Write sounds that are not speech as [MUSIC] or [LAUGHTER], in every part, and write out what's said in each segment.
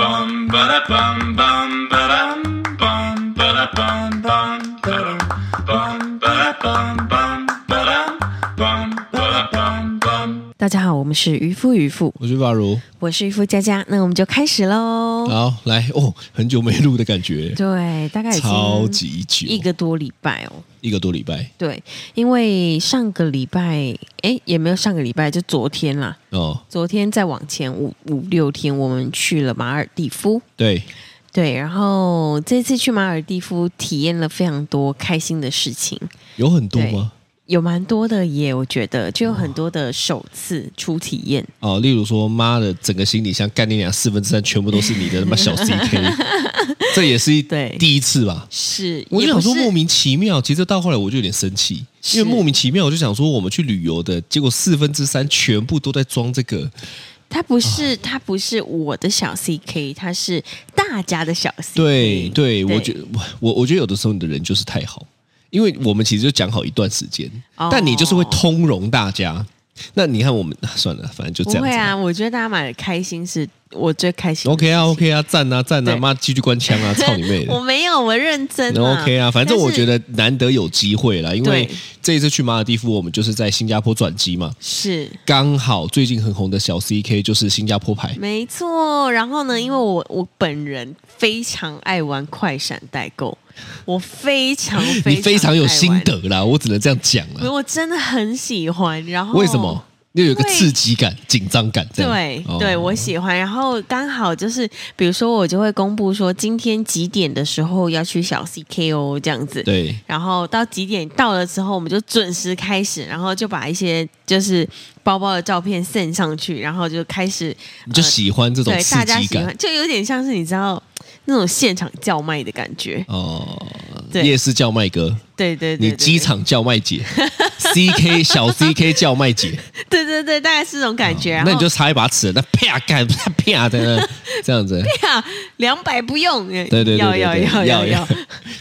bum ba da bum bum ba dum bum ba da bum bum ba dum bum ba da bum bum ba dum bum ba da bum bum. 大家好，我们是渔夫渔妇，我是法如，我是渔夫佳佳，那我们就开始喽。好来哦，很久没录的感觉，对，大概已经超级久，一个多礼拜哦。一个多礼拜对，因为上个礼拜，哎，也没有上个礼拜，就昨天啦。哦，昨天再往前五五六天，我们去了马尔蒂夫。对，对，然后这次去马尔蒂夫，体验了非常多开心的事情，有很多吗？有蛮多的耶，我觉得就有很多的首次初体验。哦，例如说，妈的，整个行李箱干你俩四分之三全部都是你的他妈小 [LAUGHS] CK，这也是一对第一次吧？是，我就也想不说是莫名其妙，其实到后来我就有点生气，是因为莫名其妙，我就想说我们去旅游的结果四分之三全部都在装这个，它啊不是，它不是我的小 CK，它是大家的小 CK。对对，我觉得得我我我觉得有的时候你的人就是太好，因为我们其实就讲好一段时间，哦但你就是会通融大家。那你看我们 [LAUGHS] 算了，反正就不这样会子。啊，我觉得大家买的开心是我最开心的 OK 啊事情，OK 啊，赞啊，赞啊，对妈继续关枪 [LAUGHS] 啊，操你妹我的！没有，我认真、那 OK 啊，反正我觉得得难得有机会啦，因为对这一次去马尔地夫，我们就是在新加坡转机嘛，是。刚好最近很红的小 CK 就是新加坡牌，没错，然后呢？因为我我本人非常爱玩快闪代购，我非常非常 [LAUGHS] 你非常有心爱得啦，我只能这样讲玩，啦。我真的很喜欢。然后为什么？？又有个哦因为刺激感、紧张感，这样对、哦对，我喜欢。然后刚好就是，比如说我就会公布说今天几点的时候要去小 CK 哦，这样子。对。然后到几点到了之后，我们就准时开始，然后就把一些就是包包的照片 send 上去，然后就开始你就喜欢这种呃对刺大家激喜感欢，就有点像是你知道那种现场叫卖的感觉。哦。对夜市叫卖哥，对对对你对机场叫卖 [LAUGHS] 姐，CK 小 CK 叫卖姐，啊对对对，大概是这种感觉。然哦那后你就差一把尺，那啪干啪啪 [LAUGHS] 的这样子，呀，两百不用，对对对对要对要对要要 [LAUGHS] 要要，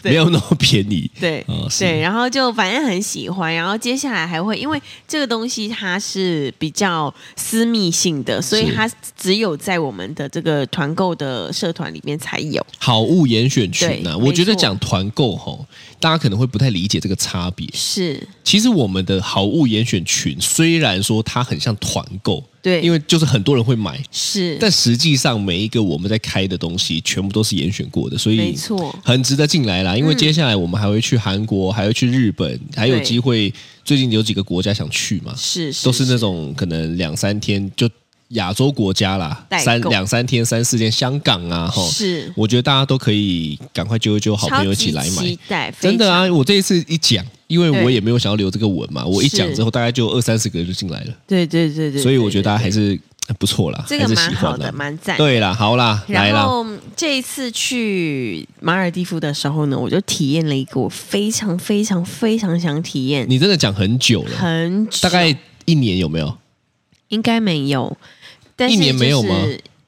对没有那么便宜。对、哦是对，然后就反正很喜欢，然后接下来还会因为这个东西它是比较私密性的，所以是它只有在我们的这个团购的社团里面才有。好物严选群对呐、我觉没得错讲团购吼，大家可能会不太理解这个差别。是其实我们的好物严选群虽然说它很像团购，对因为就是很多人会买，是，但实际上每一个我们在开的东西，全部都是严选过的，所以没错嗯很值得进来啦。因为接下来我们还会去韩国，还会去日本，还有对机会。最近有几个国家想去嘛，是是都是那种可能两三天就亚洲国家啦代，购三两三天、三四天，香港啊，吼，是我觉得大家都可以赶快揪一揪好超朋友一级起来买期。待，非真的常啊！我这一次一讲，因为我对也没有想要留这个文嘛，我一是讲之后，大概就二三十个人就进来了。对对对对对，所以我觉得大家对还是呃不错啦，这个还是蛮喜好欢的，蛮赞。对啦，好啦，来然啦，后这一次去马尔蒂夫的时候呢，我就体验了一个我非常非常非常想体验你真的讲很久了，很久，啊大概一年有没有？应该没有，但是、一年没有吗？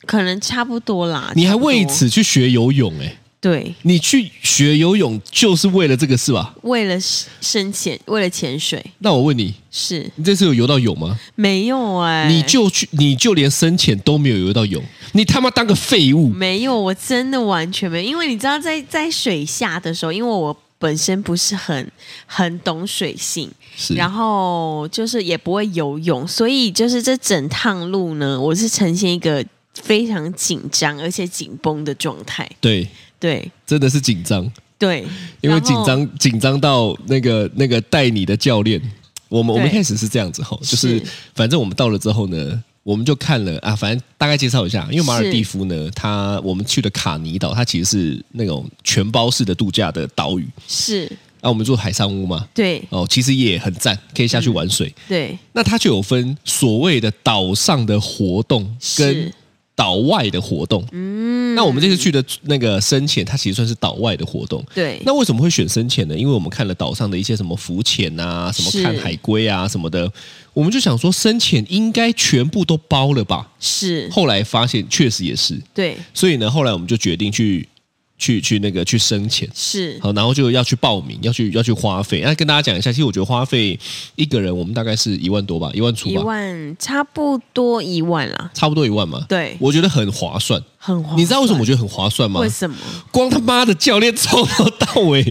可能差不多啦。你还差不多为此去学游泳、欸？对，你去学游泳就是为了这个是吧？为了深潜，为了潜水，那我问你，是你这次有游到泳吗？没有哎、你就去，你就连深潜都没有游到泳，你他妈当个废物！没有，我真的完全没有，因为你知道在，在水下的时候，因为我本身不是很很懂水性，是，然后就是也不会游泳，所以就是这整趟路呢，我是呈现一个非常紧张而且紧绷的状态。对，对真的是紧张，对，因为然后紧张紧张到那个那个带你的教练，我们我们对一开始是这样子吼，就是是反正我们到了之后呢，我们就看了啊，反正大概介绍一下，因为马尔蒂夫呢，它我们去的卡尼岛，它其实是那种全包式的度假的岛屿，是，那、我们住海上屋嘛，对哦，其实也很赞，可以下去嗯玩水。对那它就有分所谓的岛上的活动跟是岛外的活动，嗯，那我们这次去的那个深潜，它其实算是岛外的活动，对，那为什么会选深潜呢？因为我们看了岛上的一些什么浮潜啊、什么是看海龟啊什么的，我们就想说深潜应该全部都包了吧。是，后来发现确实也是，对所以呢，后来我们就决定去去去那个去深潜。是好，然后就要去报名，要去要去花费。那跟大家讲一下，其实我觉得花费一个人，我们大概是一万多吧，一万出一吧，万，差不多一万啦。差不多一万嘛。对我觉得很划算。很划你知道为什么我算觉得很划算吗？为什么？光他妈的教练从头到尾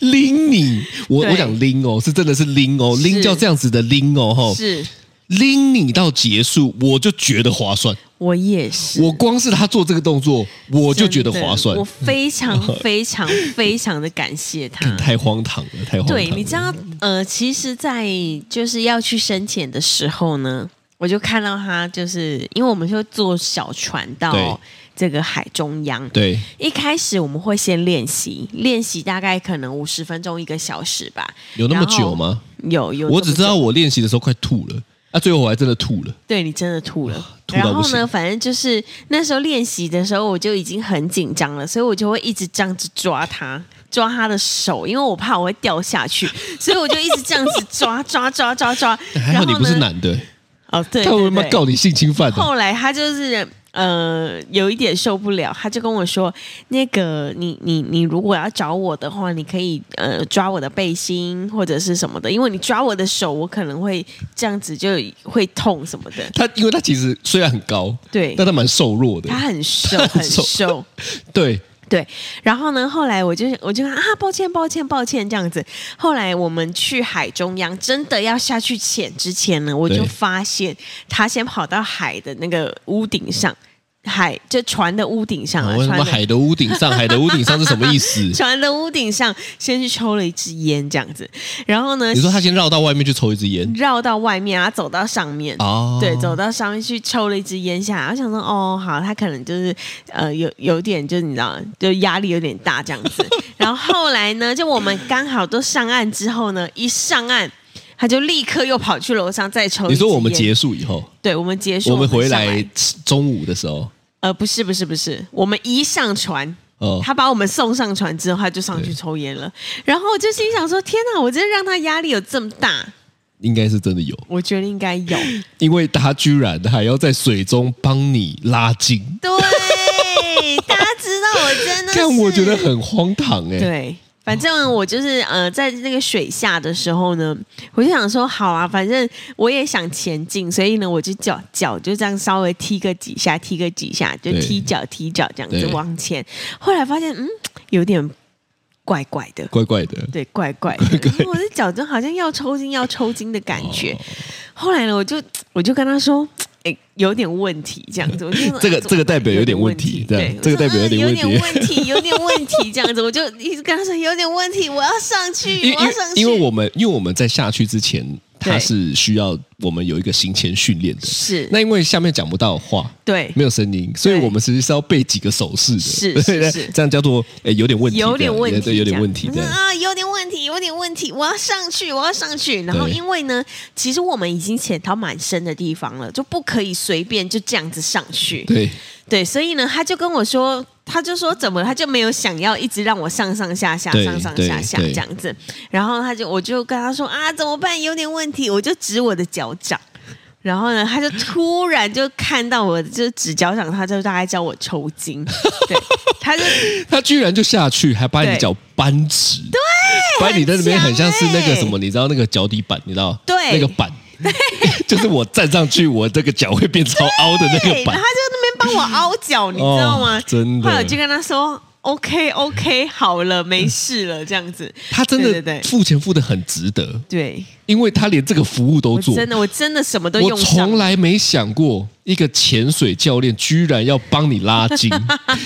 拎你，我对我讲拎哦，是真的是拎哦，是拎叫这样子的拎哦，吼，是拎你到结束，我就觉得划算。我也是，我光是他做这个动作，我就觉得划算我，非常 [LAUGHS] 非常非常的感谢他。太荒唐了，太荒唐了。对，你知道，呃，其实，在就是要去深潜的时候呢，我就看到他，就是因为我们就坐小船对到这个海中央。对一开始我们会先练习，练习大概可能五十分钟一个小时吧。有那么然后久吗？有有，我只知道我练习的时候快吐了，啊，最后我还真的吐了。对你真的吐了。啊吐到然不后呢，行反正就是那时候练习的时候，我就已经很紧张了，所以我就会一直这样子抓他， [LAUGHS] 抓他的手，因为我怕我会掉下去，所以我就一直这样子抓抓抓抓抓。 [LAUGHS] 还好你不是然后呢，男的，哦对他对会妈对告你性侵犯的。 [LAUGHS] 后来他就是呃有一点受不了，他就跟我说：“那个你你你如果要找我的话，你可以呃抓我的背心或者是什么的，因为你抓我的手，我可能会这样子就会痛什么的。”他因为他其实虽然很高，对但他蛮瘦弱的他。很瘦，他很很瘦瘦。对，对，然后呢，后来我就我就看啊，抱歉，抱歉，抱歉，这样子。后来我们去海中央，真的要下去潜之前呢，我就对发现他先跑到海的那个屋顶上，海就船的屋顶上啊啊，为什船么的海的屋顶 [LAUGHS] 上？海的屋顶上是什么意思？船的屋顶上先去抽了一支烟，这样子。然后呢你，说他先绕到外面去抽一支烟绕到外面啊，走到上面。哦，对，走到上面去抽了一支烟下来，我想说，哦，好，他可能就是呃有有点就是你知道，就压力有点大这 [LAUGHS] 样子。然后后来呢，就我们刚好都上岸之后呢，一上岸他就立刻又跑去楼上再抽一你支烟。说我们结束以后，对，我们结束，我们回上来中午的时候，呃，不是不是不是，我们一上船，哦，他把我们送上船之后，他就上去对抽烟了。然后我就心想说，天哪，我真的让他压力有这么大，应该是真的有，我觉得应该 [LAUGHS] 有。因为他居然还要在水中帮你拉筋，对，大家知道我真的是，但我觉得很荒唐哎、对。反正我就是呃，在那个水下的时候呢，我就想说，好啊，反正我也想前进，所以呢，我就脚脚就这样稍微踢个几下，踢个几下，就对踢脚踢脚这样子对往前。后来发现，嗯，有点怪怪的，怪 [LAUGHS] 怪的。对，怪怪的，因为我的脚就好像要抽筋，要抽筋的感觉。后来呢，我就我就跟他说。哎，有点问题，这样子，我 [LAUGHS] 就说这个哎怎么这个代表有点问题这样对，这个代表有有点有问题点问题，有点问题，这样子，我就一直跟他说有点问题，我要上去，因我要上去，因因为我们因为我们在下去之前，对他是需要我们有一个行前训练的。是那因为下面讲不到话，对没有声音，所以我们其实是要背几个手势的，[LAUGHS] 是对是对是这样叫做诶有点问题的，有点问题，对，有点问题这样的我，说啊，有点问题，有点问题，我要上去，我要上去。然后对因为呢，其实我们已经潜到蛮深的地方了，就不可以随便就这样子上去。对对，所以呢，他就跟我说，他就说怎么，他就没有想要一直让我上上下下、对上上下下对对这样子。然后他就，我就跟他说啊，怎么办？有点问题，我就指我的脚掌。然后呢，他就突然就看到我就是指脚掌，他就大概叫我抽 [LAUGHS] 筋。对，他就他居然就下去，还把你的脚扳直，对，把你在那边很像是那个什么，你知道那个脚底板，你知道欸那对个板， [LAUGHS] 就是我站上去，我这个脚会变超凹的那对，个然板哎后他，就那边帮我凹脚，你知道吗？哦真的后来我就跟他说：“OK OK，好了，没事了，这样子。”他真对对的对付钱付的很值得，对，因为他连这个服务都我做，真的我真的什么都我用上从了。来没想过一个潜水教练居然要帮你拉 [LAUGHS] 筋，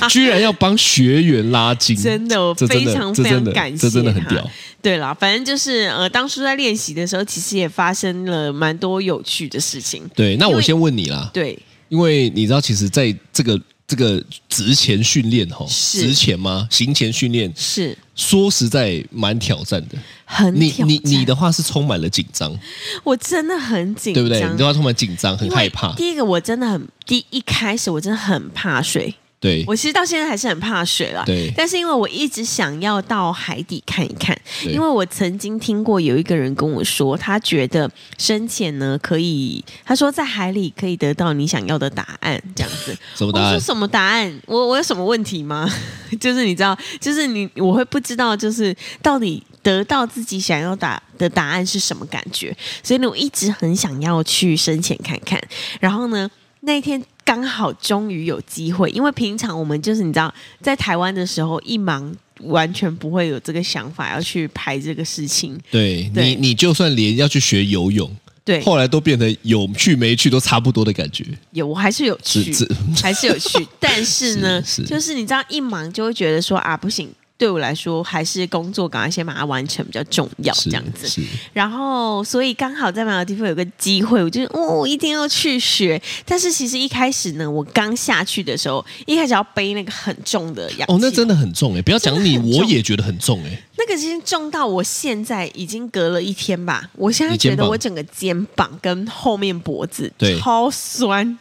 居然要帮学员拉筋，真的，我这非真的常这非真常的感谢这真的很他屌。对啦，反正就是呃，当初在练习的时候，其实也发生了蛮多有趣的事情。对，那因我为先问你啦，对，因为你知道，其实在这个这个职前训练吼，是职前吗？行前训练，是说实在蛮挑战的。很你挑你战你的话是充满了紧张，我真的很紧对张，不对？你的话充满紧张，很因为害怕。第一个，我真的很第一开始我真的很怕水，对我其实到现在还是很怕水啦。对但是因为我一直想要到海底看一看，对因为我曾经听过有一个人跟我说，他觉得深潜呢可以，他说在海里可以得到你想要的答案，这样子。什么答我说案？什么答案？我我有什么问题吗？ [LAUGHS] 就是你知道，就是你我会不知道，就是到底得到自己想要答的答案是什么感觉，所以呢，我一直很想要去深潜看看。然后呢，那一天刚好终于有机会，因为平常我们就是你知道，在台湾的时候一忙。完全不会有这个想法要去排这个事情，对对你，你就算连要去学游泳，对，后来都变得有去没去都差不多的感觉。有，我还是有只去哦只，还是有 [LAUGHS] 去，但是呢，是是就是你这样一忙就会觉得说啊，不行，对我来说还是工作赶快先把它完成比较重要，这是样子。是然后，所以刚好在马尔地夫有个机会，我就哦，我一定要去学。但是其实一开始呢，我刚下去的时候，一开始要背那个很重的氧气，哦，那真的很重哎、不要讲你，真的很重我也觉得很重哎、那个其实重到我现在已经隔了一天吧，我现在你肩觉得膀我整个肩膀跟后面脖子对超酸，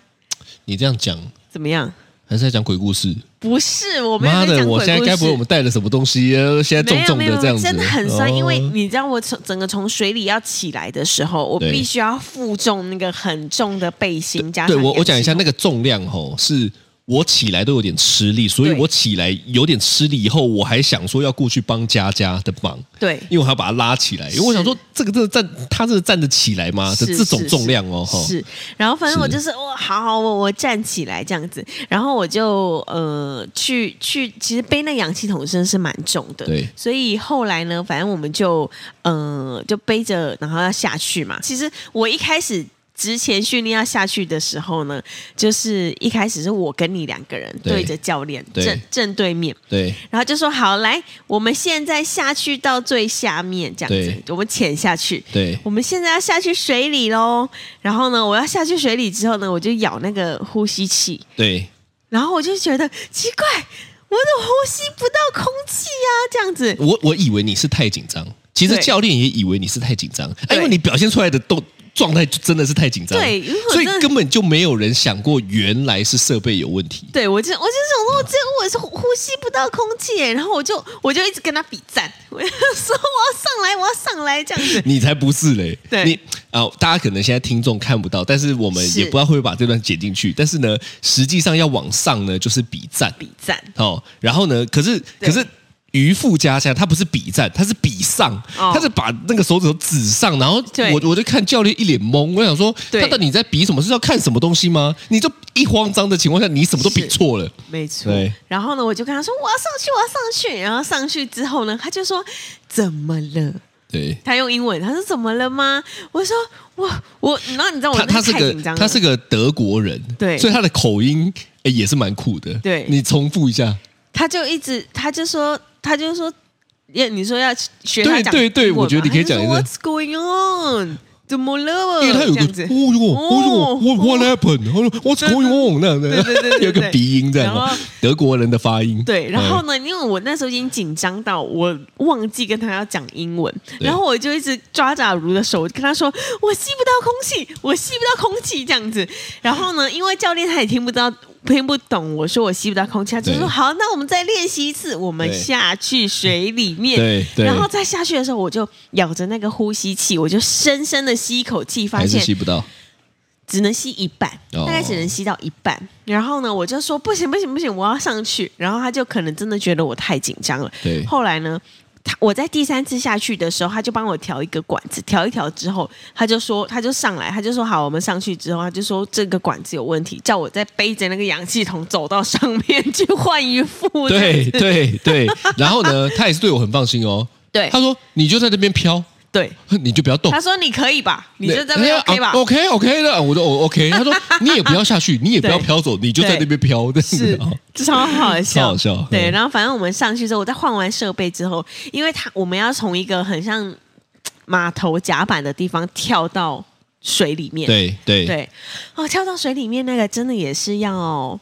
你这样讲，怎么样？还是在讲鬼故事？不是，我没有妈在的，讲我鬼现在故该不会事我们带了什么东西？呃现在没重有重没有的这样子，真的很酸，哦因为你知道我从整个从水里要起来的时候，我对必须要负重那个很重的背心加上对我我讲一下那个个重量吼是。我起来都有点吃力，所以对我起来有点吃力。以后我还想说要过去帮佳佳的忙，对因为我还要把她拉起来。因为我想说，这个真的站，她真的站得起来吗？这是这种是重量哦，吼是，然后反正我是就是哇，好好，我我站起来这样子，然后我就呃去去，其实背那氧气筒真的是蛮重的，对所以后来呢，反正我们就呃就背着，然后要下去嘛。其实我一开始。之前训练要下去的时候呢，就是一开始是我跟你两个人对对着教练对正正对面，对然后就说好来，我们现在下去到最下面这样对子，我们潜下去，对我们现在要下去水里喽。然后呢，我要下去水里之后呢，我就咬那个呼吸器，对，然后我就觉得奇怪，我怎么呼吸不到空气啊？这样子，我我以为你是太紧张，其实对教练也以为你是太紧张，哎对因为你表现出来的动状态就真的是太紧张，对因为我所以真的根本就没有人想过原来是设备有问 [LAUGHS] 题。对我就我就想说，我这我是呼吸不到空气耶，然后我就我就一直跟他比赞，我就 [LAUGHS] 说我要上来，我要上来这样子。你才不是嘞！对你啊、大家可能现在听众看不到，但是我们是也不知道会不会把这段剪进去。但是呢，实际上要往上呢，就是比赞比赞，哦。然后呢，可是可对是渔夫家下他不是比赞，他是比上，哦他是把那个手指头指上。然后对我我就看教练一脸懵，我想说对他到底在比什么？是要看什么东西吗？你就一慌张的情况下，你什么都比是错了。没错对。然后呢，我就跟他说我要上去，我要上去。然后上去之后呢，他就说怎么了？对。他用英文，他说怎么了吗？我说我我，然后你知道我他哦那他是太个紧张了，他是个德国人，对所以他的口音诶也是蛮酷的。对你重复一下。他就一直他就说他就说，也你说要学他对讲对对英文嘛我觉得你可以讲一下他就说 What's going on？怎么了？因为他有这个样子哦哟哦哟，What what happened？然后 What's going on？那样的对对对对 [LAUGHS] 对有个鼻音在然后嘛，德国人的发音。对，然后嗯呢，因为我那时候已经紧张到我忘记跟他要讲英文，然后我就一直抓着阿如的手，我就跟他说我吸不到空气，我吸不到空气这样子。然后呢，因为教练他也听不到。听不懂我说我吸不到空气，他就说对好，那我们再练习一次，我们对下去水里面，对对然后再下去的时候，我就咬着那个呼吸器，我就深深的吸一口气，发还是现吸不到。只能吸一半，哦大概只能吸到一半。然后呢，我就说不行不行不行，我要上去。然后他就可能真的觉得我太紧张了。对后来呢，他我在第三次下去的时候，他就帮我调一个管子，调一调之后，他就说他就上来，他就说好，我们上去之后，他就说这个管子有问题，叫我再背着那个氧气筒走到上面去换一副。对对对，然后 [LAUGHS] 呢，他也是对我很放心哦。对他说你就在那边飘，对，你就不要动他。说你可以吧，你就在那边哎呀 OK 吧。啊？OK OK 的，我说我 OK。他说你也不要下 [LAUGHS] 去，你也不要对飘走，你就在那边飘。 [LAUGHS] 这样子是哦，这超好笑，超好笑对，嗯然后反正我们上去之后，我在换完设备之后，因为他我们要从一个很像嘖码头甲板的地方跳到水里面，对对对哦，跳到水里面那个真的也是要嘖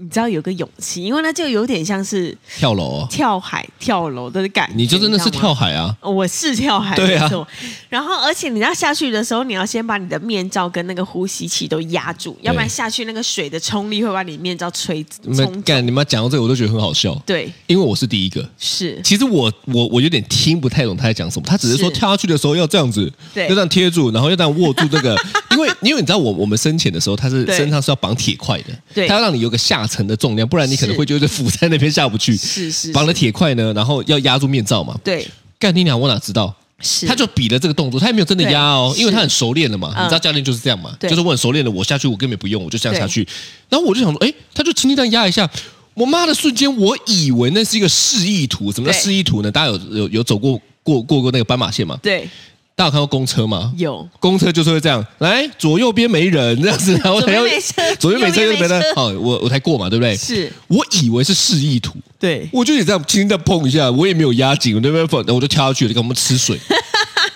你知道有个勇气，因为那就有点像是跳楼、哦，跳海、跳楼的感觉。你就真的是你知道吗跳哦海啊！我是跳海，对啊没错。然后，而且你要下去的时候，你要先把你的面罩跟那个呼吸器都压住，要不然下去那个水的冲力会把你面罩吹你们冲走。干，你们讲到这个我都觉得很好笑，对，因为我是第一个。是其实我我我有点听不太懂他在讲什么，他只是说是跳下去的时候要这样子，要对这样贴住，然后要这样握住这 [LAUGHS] 个，因为因为你知道我我们深潜的时候，它是对身上是要绑铁块的，对它要让你有个下沉的重量，不然你可能是会就是浮在那边下不去，是是，绑了是铁块呢，然后要压住面罩嘛，对，干你娘，我哪知道？是他就比了这个动作，他也没有真的压哦，对因为他很熟练了嘛。嗯你知道教练就是这样嘛，对就是我很熟练了，我下去我根本不用，我就这样下去。然后我就想说，哎，他就轻轻这样压一下。我妈的瞬间，我以为那是一个示意图。什么叫对示意图呢？大家有有有走过过过过那个斑马线吗？对大家有看过公车吗？有公车就是会这样，来左右边没人这样子，然后才要左边没车左右没车右就边没没人车。哦，我我才过嘛，对不对？是，我以为是示意图，对我就也这样轻轻的碰一下，我也没有压紧，我那边放，我就跳下去了，就给我们吃 [LAUGHS] 水，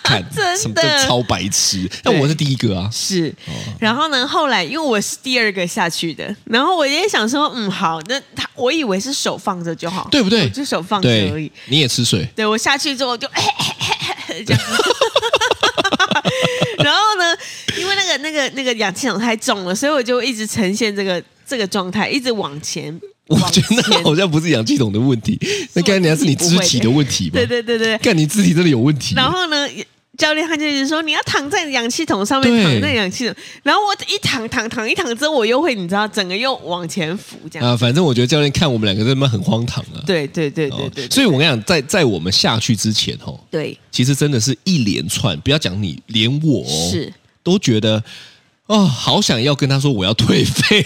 看，真的什么这超白痴。但对我是第一个啊，是。然后呢，后来因为我是第二个下去的，然后我也想说，嗯，好，那他我以为是手放着就好，对不对我就手放着而对已。，你也吃水，对我下去之后我就 [LAUGHS] 这样。 [LAUGHS] 然后呢，因为那个那个那个氧气筒太重了，所以我就一直呈现这个这个状态，一直往前。我往觉前得那好像不是氧气筒的问题，那刚才还是你肢体的问题吧？对对对对。干你肢体真的有问题。然后呢，教练他就一直说你要躺在氧气筒上面，对躺在氧气筒。然后我一躺躺躺一躺之后，我又会你知道，整个又往前浮这样。啊，反正我觉得教练看我们两个真的很荒唐啊。对对对对哦对对所以我跟你讲，在在我们下去之前哦，对，其实真的是一连串，不要讲你，连我哦是都觉得哦，好想要跟他说我要退费。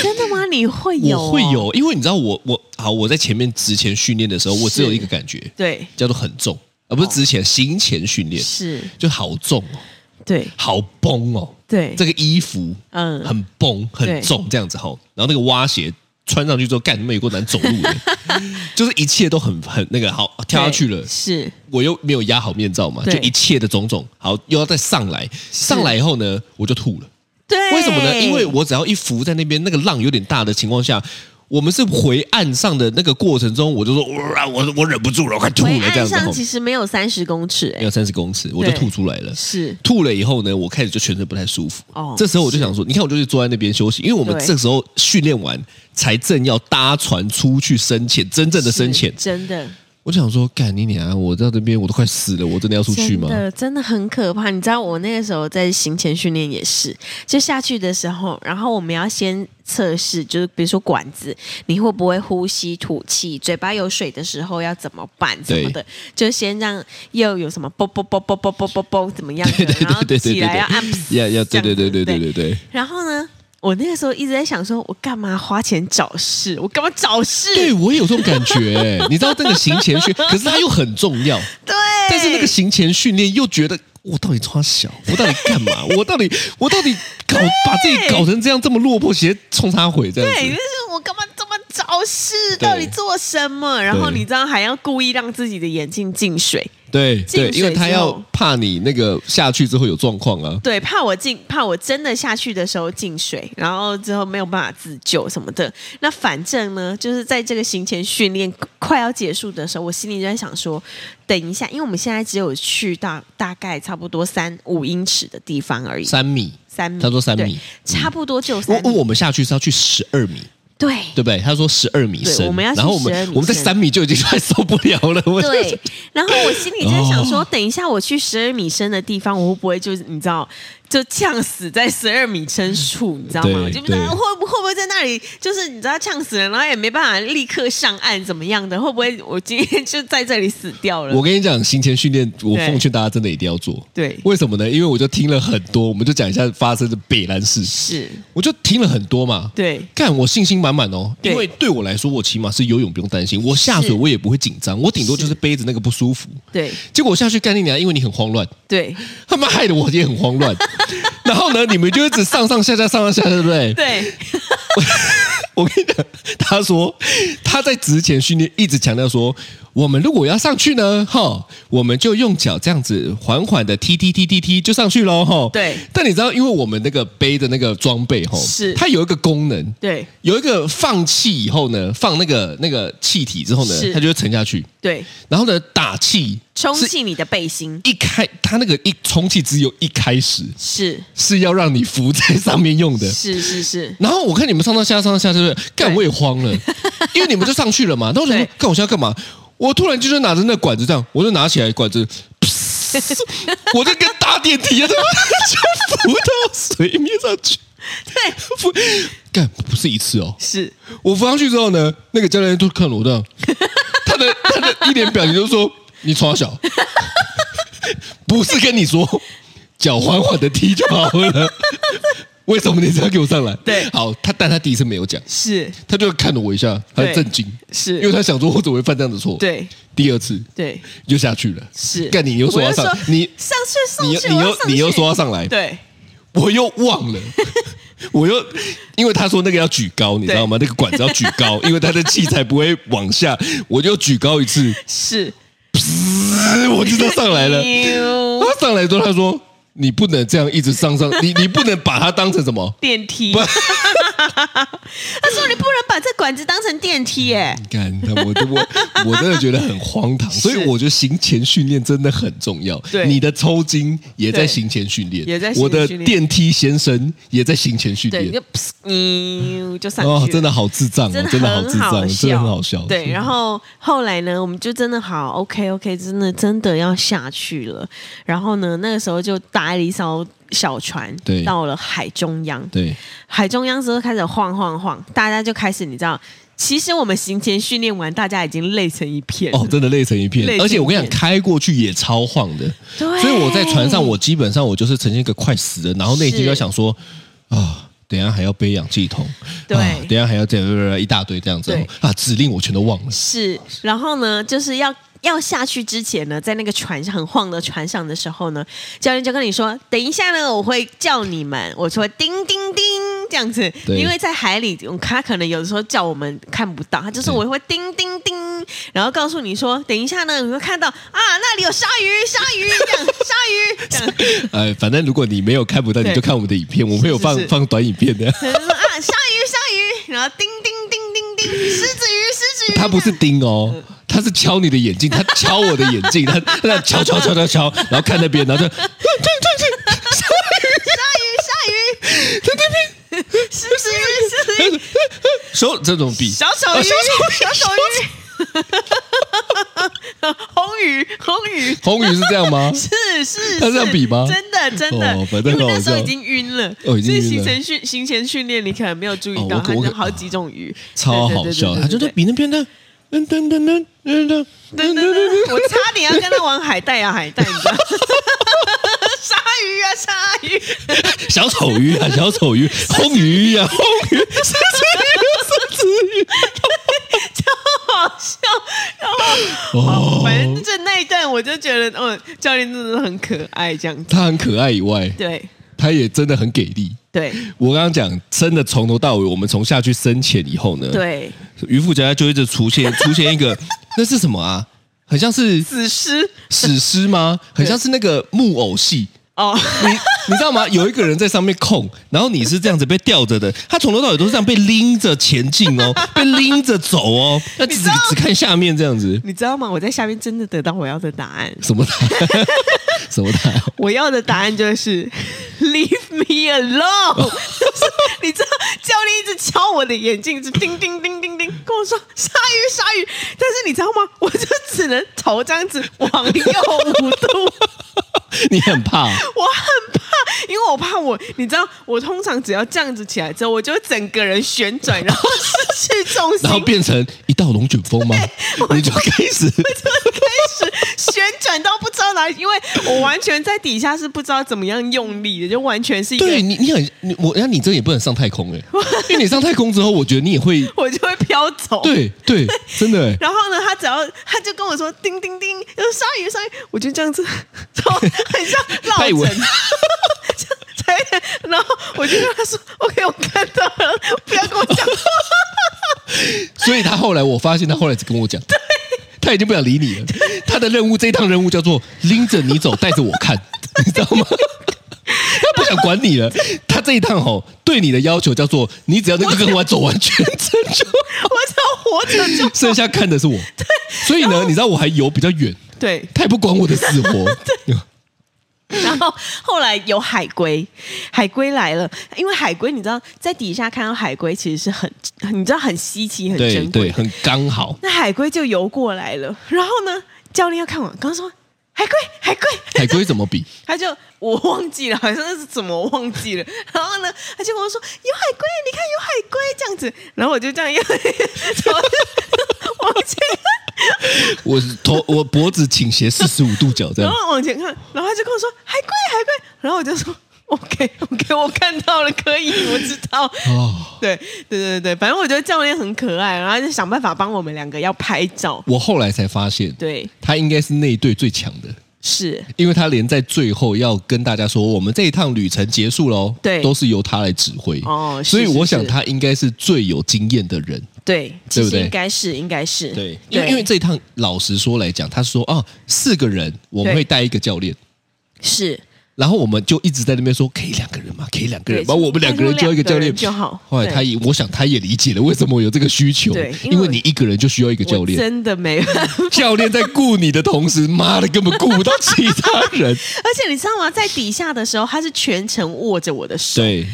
真的吗？你会有、啊哦我会。有，因为你知道我我好，我在前面职前训练的时候，我只有一个感觉，对，叫做很重，而哦不是职前行前训练，是，就好重哦，对好绷哦，对，这个衣服嗯很绷很重这样子哈、然后那个蛙鞋穿上去之后，干美国难走路的， [LAUGHS] 就是一切都很很那个好跳下去了对，是我又没有压好面罩嘛，对就一切的种种，好又要再上来，上来以后呢，我就吐了。对。为什么呢？因为我只要一浮在那边，那个浪有点大的情况下，我们是回岸上的那个过程中，我就说，哇我我忍不住了，我快吐回了这岸样子上吼。其实没有三十公尺、没哎，有三十公尺，我就对吐出来了。是吐了以后呢，我开始就全身不太舒服。哦这时候我就想说，你看，我就是坐在那边休息，因为我们对这时候训练完，才正要搭船出去深潜，真正的深潜是。真的我就想说，干你娘！我到这边我都快死了，我真的要出去吗真？的真的很可怕。你知道我那个时候在行前训练也是，就下去的时候，然后我们要先测试，就是比如说管子，你会不会呼吸吐气，嘴巴有水的时候要怎么办什么的，就先让又有什么啵啵啵啵啵啵啵啵怎么样的， [LAUGHS] 对对然后对对对起来要按对，要要对对对对对对对。然后呢，我那个时候一直在想说，我干嘛花钱找事？我干嘛找事？对我也有这种感觉、欸你知道那个行前训，可是它又很重要， [LAUGHS] 对但是那个行前训练又觉得我到底穿小，我到底干 [LAUGHS] 嘛？我到底我到底搞把自己搞成这样这么落魄，鞋冲他毁这样对，就子。是我干嘛这么找事？对到底做什么？然后你知道还要故意让自己的眼镜进水，对进对，水因为他之要后怕你那个下去之后有状况啊。对，怕我进，怕我真的下去的时候进水，然后之后没有办法自救什么的。那反正呢，就是在这个行前训练快要结束的时候，我心里就在想说，等一下，因为我们现在只有去到大概差不多三五英尺的地方而已，三米，三米，他说三米嗯哦对，差不多就我三我米，我们下去是要去十二米，对。对不对？他说十二米对深，我们要去然后我12们米我们在深三米就已经快受不了了。我就哦对，然后我心里就在想说，等一下我去十二米深的地方，我会不会就是你知道，就呛死在十二米深处，你知道吗？对就不知道对会不会不会在那里，就是你知道呛死人，然后也没办法立刻上岸怎么样的，会不会我今天就在这里死掉了？我跟你讲，行前训练，我对奉劝大家真的一定要做。对为什么呢？因为我就听了很多，我们就讲一下发生的北兰事，是，我就听了很多嘛。对，干，我信心满满哦，对因为对我来说，我起码是游泳不用担心，我下水是我也不会紧张，我顶多就是背着那个不舒服。对，结果我下去干你娘，因为你很慌乱，对，他妈害得我也很慌 [LAUGHS] 乱。然后呢，你们就一直上上下下上上下下，对不对？对，我跟你讲，他说他在职前训练一直强调说，我们如果要上去呢，哈，我们就用脚这样子缓缓的踢踢踢踢踢就上去喽，哈。对但你知道，因为我们那个背的那个装备，哈，是它有一个功能，对有一个放气以后呢，放那个那个气体之后呢是，它就会沉下去。对，然后呢，打气充是气你的背心一开，它那个一充气只有一开始是是要让你浮在上面用的。是是是，然后我看你们上到下上到下，对不对？干对我也慌了， [LAUGHS] 因为你们就上去了嘛。那我想说对，干我现在干嘛？我突然就是拿着那管子这样，我就拿起来管 [LAUGHS] 子，我就跟搭电梯一样，就浮到水面上去。 [LAUGHS] 对，浮干不是一次哦，是我浮上去之后呢，那个教练都看了我这 [LAUGHS] 样，他的他的一脸表情就说：“你从小， [LAUGHS] 不是跟你说脚缓缓的踢就好 [LAUGHS] 了，为什么你这样给我上来？”对好，他但他第一次没有讲，是，他就看了我一下，他对震惊，是因为他想说我怎么会犯这样的错？，对第二次对就下去了，是。干你又说我要上说，你上去上你去，你我要又上你又去说要上来，对我又忘 [LAUGHS] 了，我又因为他说那个要举高，你知道吗？那个管子要举高， [LAUGHS] 因为他的气才不会往下，我就举高一次，是，呃我就都上来 [LAUGHS] 了。丢他上来之后，他说：“你不能这样一直上上，你你不能把它当成什么？[LAUGHS] 电梯。他说你不能把这管子当成电梯耶，你看，我我我真的觉得很荒唐，所以我觉得行前训练真的很重要。对你的抽筋也在对行前训练，也在行前我的训练电梯先生也在行前训对，你练就。你就上去了哦，真的好智障哦，真的好很智障，真的很好笑。对，然后后来呢，我们就真的好 OK OK，真的真的要下去了。然后呢，那个时候就搭了一艘小船，对到了海中央。对。海中央之后开始晃晃晃，大家就开始你知道，其实我们行前训练完，大家已经累成一片了哦，真的累成一片累成一，片而且我跟你讲，开过去也超晃的，对所以我在船上，我基本上我就是呈现一个快死的，然后内心是就在想说啊。等一下还要背氧气筒，对啊、等一下还要这样一大堆这样子对啊，指令我全都 [LAUGHS] 忘了。是，然后呢，就是要要下去之前呢，在那个船上很晃的船上的时候呢，教练就跟你说，等一下呢，我会叫你们，我说叮叮叮这样子，对因为在海里，他可能有的时候叫我们看不到，他就是对我会叮叮叮，然后告诉你说，等一下呢，你会看到啊，那里有鲨鱼，鲨鱼这样，鲨鱼这样。呃，反正如果你没有看不到，对你就看我们的影片，我们会有是放是放短影片的。可能说啊，鲨鱼，鲨鱼，然后叮叮叮叮叮，狮子鱼，狮子鱼。他不 [LAUGHS] 这是样盯哦，嗯他是敲你的眼睛，他敲我的眼睛，他他在敲敲敲敲敲，然后看那边，然 [LAUGHS] 后就 [LAUGHS] 鲨鱼，鲨鱼，狮子鱼，狮子鱼，手这种比小丑啊鱼，小丑鱼小丑鱼，红鱼，红鱼。红鱼是这样吗？是是，他这样是比吗真的真的，哦反正因为很好那时候笑已经晕了，哦已经所以晕行了前训行前训练，你可能没有注哦意我到，可它我有可好几种鱼，超对好笑，他就在。对对对对对对比那边的，噔噔噔噔噔噔对对对对对我差点要跟他玩海带啊，海带，你知 [LAUGHS] 道？鲨鱼啊，鲨鱼，小丑鱼啊，小丑鱼，红鱼啊，红鱼，狮子鱼，狮子超好笑。然后，哦反正就那一段，我就觉得，哦，教练真的很可爱，这样鱼。子。他很可爱以外，对他也真的很给力。对我刚刚讲，真的从头到尾，我们从下去深潜以后呢，，对，渔夫家就一直出现出现一个，那是什么啊？很像是子狮史诗吗？很像是那个木偶戏。哦，你你知道吗？有一个人在上面控，然后你是这样子被吊着的，他从头到尾都是这样被拎着前进 [LAUGHS] 哦，被拎着走哦，那只知道只看下面这样子，你知道吗？我在下面真的得到我要的答案，什 [LAUGHS] 么塔，什么塔，我要的答案就是 leave me alone。就是你知道，教练一直敲我的眼镜，一直叮叮叮叮叮，跟我说鲨鱼鲨鱼。但是你知道吗？我就只能头这样子往右五度。你很怕我很怕，因为我怕我，你知道，我通常只要这样子起来之后，我就整个人旋转，然后失去重心，然后 [LAUGHS] 变成一道龙卷风吗？你就开始就开始旋转到不知道哪里，因为我完全在底下是不知道怎么样用力的，就完全是一个，对你，你很你我，那你这也不能上太空哎、因为你上太空之后，我觉得你也会 [LAUGHS] 我就会飘走。。对对，真的哎、然后呢，他只要他就跟我说“叮叮叮”，就鲨鱼鲨鱼，我就这样子，然后很像绕他以为城，才然后我就跟他说：“OK，我看到了，不要跟我讲话。”所以他后来我发现他后来只跟我讲，他已经不想理你了。他的任务这一趟任务叫做拎着你走，带着我看， [LAUGHS] 你知道吗？他不想管你了。他这一趟哦，对你的要求叫做你只要能够跟我走完全程就我只要活着就剩下看的是我。所以呢，你知道我还游比较远，对。他也不管我的死 [LAUGHS] 活。然后后来有海龟，海龟来了，因为海龟你知道，在底下看到海龟其实是很，你知道很稀奇、很对珍贵对，的。很刚好。那海龟就游过来了，然后呢，教练要看我，刚说海龟，海龟，海龟怎么比？他就我忘记了，好像是怎么忘记了。 [LAUGHS] 然后呢，他就跟我说有海龟，你看有海龟这样子。然后我就这样 [LAUGHS] 又，然后就往前看，我头我脖子倾斜四十五度角这然 [LAUGHS] 样。后往前看，然后他就跟我说海龟，海龟。然后我就说 OK OK，我 [LAUGHS] 看到了，可以，我知道。哦。对对对对，反正我觉得教练很可爱，然后他就想办法帮我们两个要拍照。我后来才发现，对，他应该是那一队最强的，是因为他连在最后要跟大家说，我们这一趟旅程结束喽，对都是由他来指挥。哦是所以是我想是他应该是最有经验的人。对，其对不实对应该是应该是对，因为因为这一趟老实说来讲，他说哦，四个人我们对会带一个教练，是然后我们就一直在那边说可以两个人嘛，可以两个人对嘛，把我们两个人就一个教两个练人就好后来他也，我想他也理解了为什么我有这个需求，对因为因我为你一个人就需要一个教我练，真的没办法。教练在顾你的同时，妈的根本顾不到其他 [LAUGHS] 人。 [LAUGHS] 而且你知道吗？在底下的时候，他是全程握着我的手，对，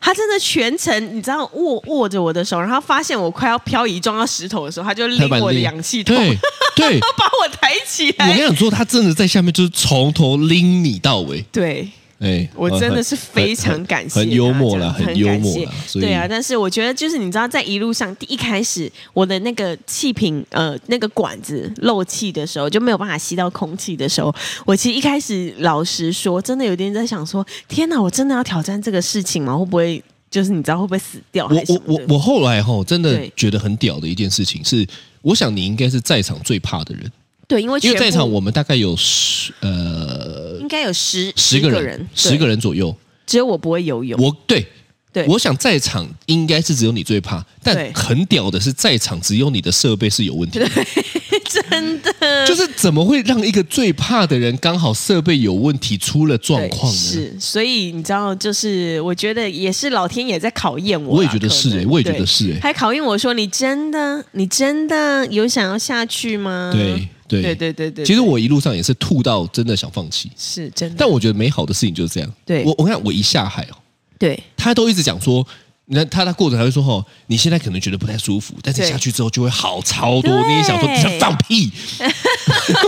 他真的全程你知道握握着我的手，然后发现我快要漂移撞到石头的时候，他就拎他把我的力氧气筒，对对，把我抬起我跟你来。讲说，他真的在下面就是从头拎你到尾。对，哎，我真的是非常感谢他，很幽默啦这样很幽默啦很感谢所以对啊，但是我觉得就是你知道，在一路上第一开始我的那个气瓶呃那个管子漏气的时候，就没有办法吸到空气的时候，我其实一开始老实说，真的有点在想说，天哪，我真的要挑战这个事情吗？会不会就是你知道会不会死掉我还是什我么的？我我后来吼，真的对觉得很屌的一件事情是，我想你应该是在场最怕的人，对，因为因为全在部场我们大概有十呃应该有十十个个人，十个人对，人左右。只有我不会游泳。我对对我想在场应该是只有你最怕，对但很屌的是，在场只有你的设备是有问题的。 [LAUGHS] 真的就是怎么会让一个最怕的人刚好设备有问题出了状对况呢？是，所以你知道，就是我觉得也是老天也在考验我啦。我也觉得是哎、欸我也觉得是哎、欸还考验我说你真的，你真的有想要下去吗？对对对对对对其实我一路上也是吐到真的想放弃，是真的，但我觉得美好的事情就是这样。对我，我看我一下海哦，对他都一直讲说。你看他他过程还会说哦，你现在可能觉得不太舒服，但是对下去之后就会好超多。对你也想说你想放 [LAUGHS] 屁，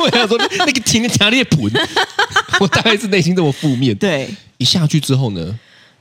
我想说那个停强烈 [LAUGHS] 盆，我大概是内心这么负面。，对，一下去之后呢，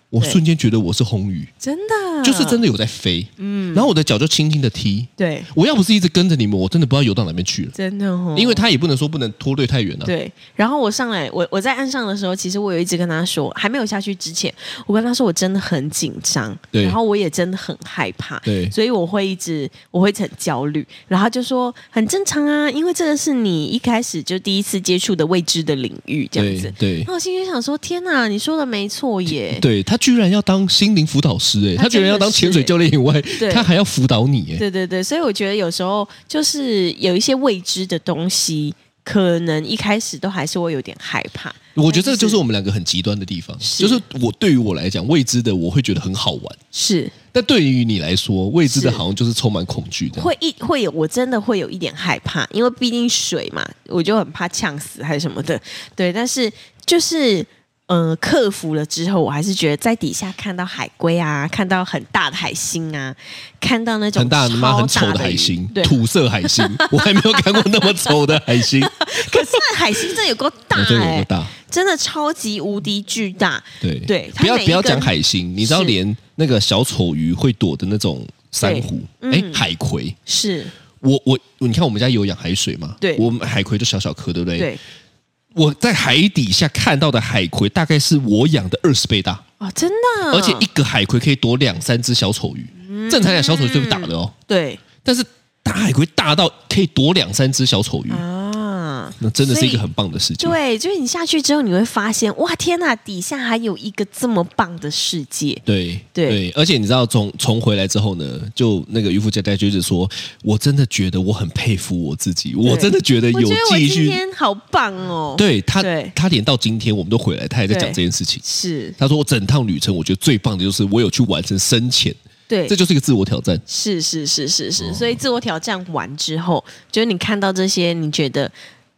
我对瞬间觉得我是红鱼，真的就是真的的，有在飞，嗯，然后我的脚就轻轻的踢，对，我要不是一直跟着你们，我真的不知道游到哪边去了，真的哦，因为他也不能说不能拖队太远了、啊，对，然后我上来，我我在岸上的时候，其实我有一直跟他说，还没有下去之前，我跟他说我真的很紧张，对然后我也真的很害怕，对所以我会一直我会很焦虑，然后他就说很正常啊，因为这个是你一开始就第一次接触的未知的领域，这样子对。对那我心里想说，天哪，你说的没错耶，对，他居然要当心灵辅导师、欸，哎，他他居然要当潜水教练以外对，他还要辅导你、欸，哎，对对对，所以我觉得有时候就是有一些未知的东西，可能一开始都还是会有点害怕。我觉得这但个就是我们两个很极端的地方，是就是我对于我来讲，未知的我会觉得很好玩，是但对于你来说，未知的是好像就是充满恐惧的，会一会有，我真的会有一点害怕，因为毕竟水嘛，我就很怕呛死还是什么的。对，但是就是呃，克服了之后，我还是觉得在底下看到海龟啊，看到很大的海星啊，看到那种很大超他妈很丑的的海鱼星，对，土色海星，我还没有看过那么丑的海星，哦可是那海星真的有够 [LAUGHS] [LAUGHS] 大我真的有哎、多大？真的超级无敌巨大。对对它不要每一不要根讲海星，你知道是连那个小丑鱼会躲的那种珊瑚，对哎、嗯海葵，是我我你看我们家有养海水嘛，对我们海葵就小小颗，对不对？对我在海底下看到的海葵大概是我养的二十倍大，哦，真的，而且一个海葵可以躲两三只小丑鱼，嗯正常来讲小丑鱼是最不打的哦，对但是大海葵大到可以躲两三只小丑鱼，啊，那真的是一所个以很棒的事情。对，就是你下去之后，你会发现，哇，天呐，底下还有一个这么棒的世界。对对而且你知道从从回来之后呢，就那个渔夫家家就一直说，我真的觉得我很佩服我自己，我真的觉得我有觉得我继今续。天好棒哦。，对他对，他连到今天我们都回来，他也在讲对这件事情。是，他说我整趟旅程，我觉得最棒的就是我有去完成深潜，对，这哦就是一个自我挑战。是是是是是。所以自我挑战完之后，就是你看到这些你觉得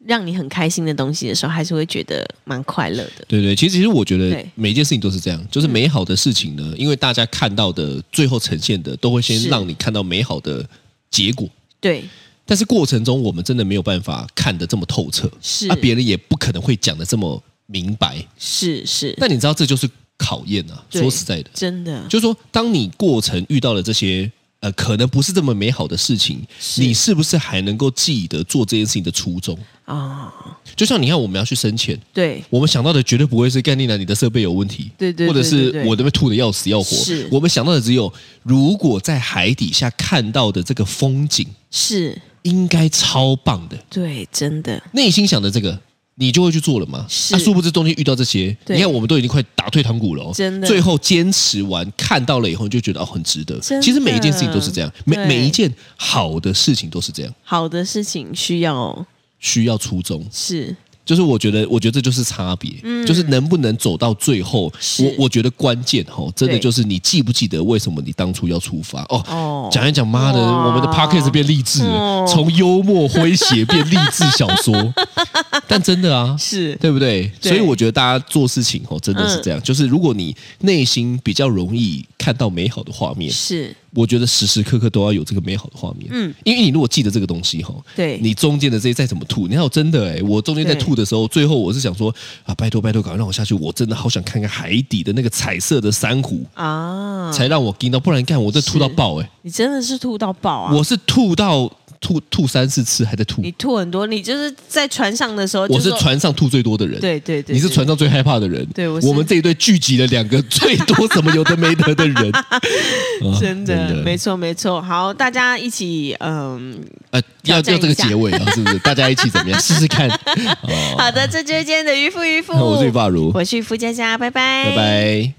让你很开心的东西的时候，还是会觉得蛮快乐的。对对，其实其实我觉得对嗯每一件事情都是这样，就是美好的事情呢，因为大家看到的最后呈现的，都会先是让你看到美好的结果。对，但是过程中，我们真的没有办法看得这么透彻，是啊，别人也不可能会讲的这么明白。是是，但你知道，这就是考验啊！对说实在的，真的就是说，当你过程遇到了这些呃，可能不是这么美好的事情，是你是不是还能够记得做这件事情的初衷？啊、就像你看，我们要去深潜，对我们想到的绝对不会是概念男你的设备有问题，对对对或者对是对对我那边吐的要死要活是。我们想到的只有，如果在海底下看到的这个风景，是，应该超棒的。对，真的内心想的这个，你就会去做了嘛？是啊，殊不知中间遇到这些，对你看我们都已经快打退堂鼓了、哦，真的最后坚持完，看到了以后，你就觉得哦，很值得真。的其实每一件事情都是这样，每对每一件好的事情都是这样，好的事情需要需要初衷。是就是我觉得，我觉得这就是差别，就是能不能走到最后。嗯是我我觉得关键哈、真的对就是你记不记得为什么你当初要出发哦。哦讲一讲，妈的，哇我们的 podcast 变励志了，哦从幽默诙谐变励志小 [LAUGHS] 说，但真的啊，是对不对？对所嗯以我觉得大家做事情哦，真的是这样，就是如果你内心比较容易看到美好的画面，是我觉得时时刻刻都要有这个美好的画面。嗯嗯，因为你如果记得这个东西哈，对你中间的这些再怎么吐，你看我真的哎、我中间在对吐的时候，最后我是想说啊，拜托拜托，赶快让我下去，我真的好想看看海底的那个彩色的珊瑚。啊，才让我盯到，不然干我这吐到爆哎、你真的是吐到爆啊！我是吐到吐吐三四次还在吐，你吐很多，你就是在船上的时候就我是说船上吐最多的人。对对对，你是对船上最害怕的人。对我是我们这一队聚集了两个最多什么有的没得的 [LAUGHS] 人，啊哦真的没错。错没错。好，大家一起嗯，呃，要要挑战这一下个结尾啊，是不是？大家一起怎么样？试试 [LAUGHS] 看。哦，好的，这就是今天的渔夫渔夫，我是于发如，我是渔夫佳佳，拜拜，拜。拜。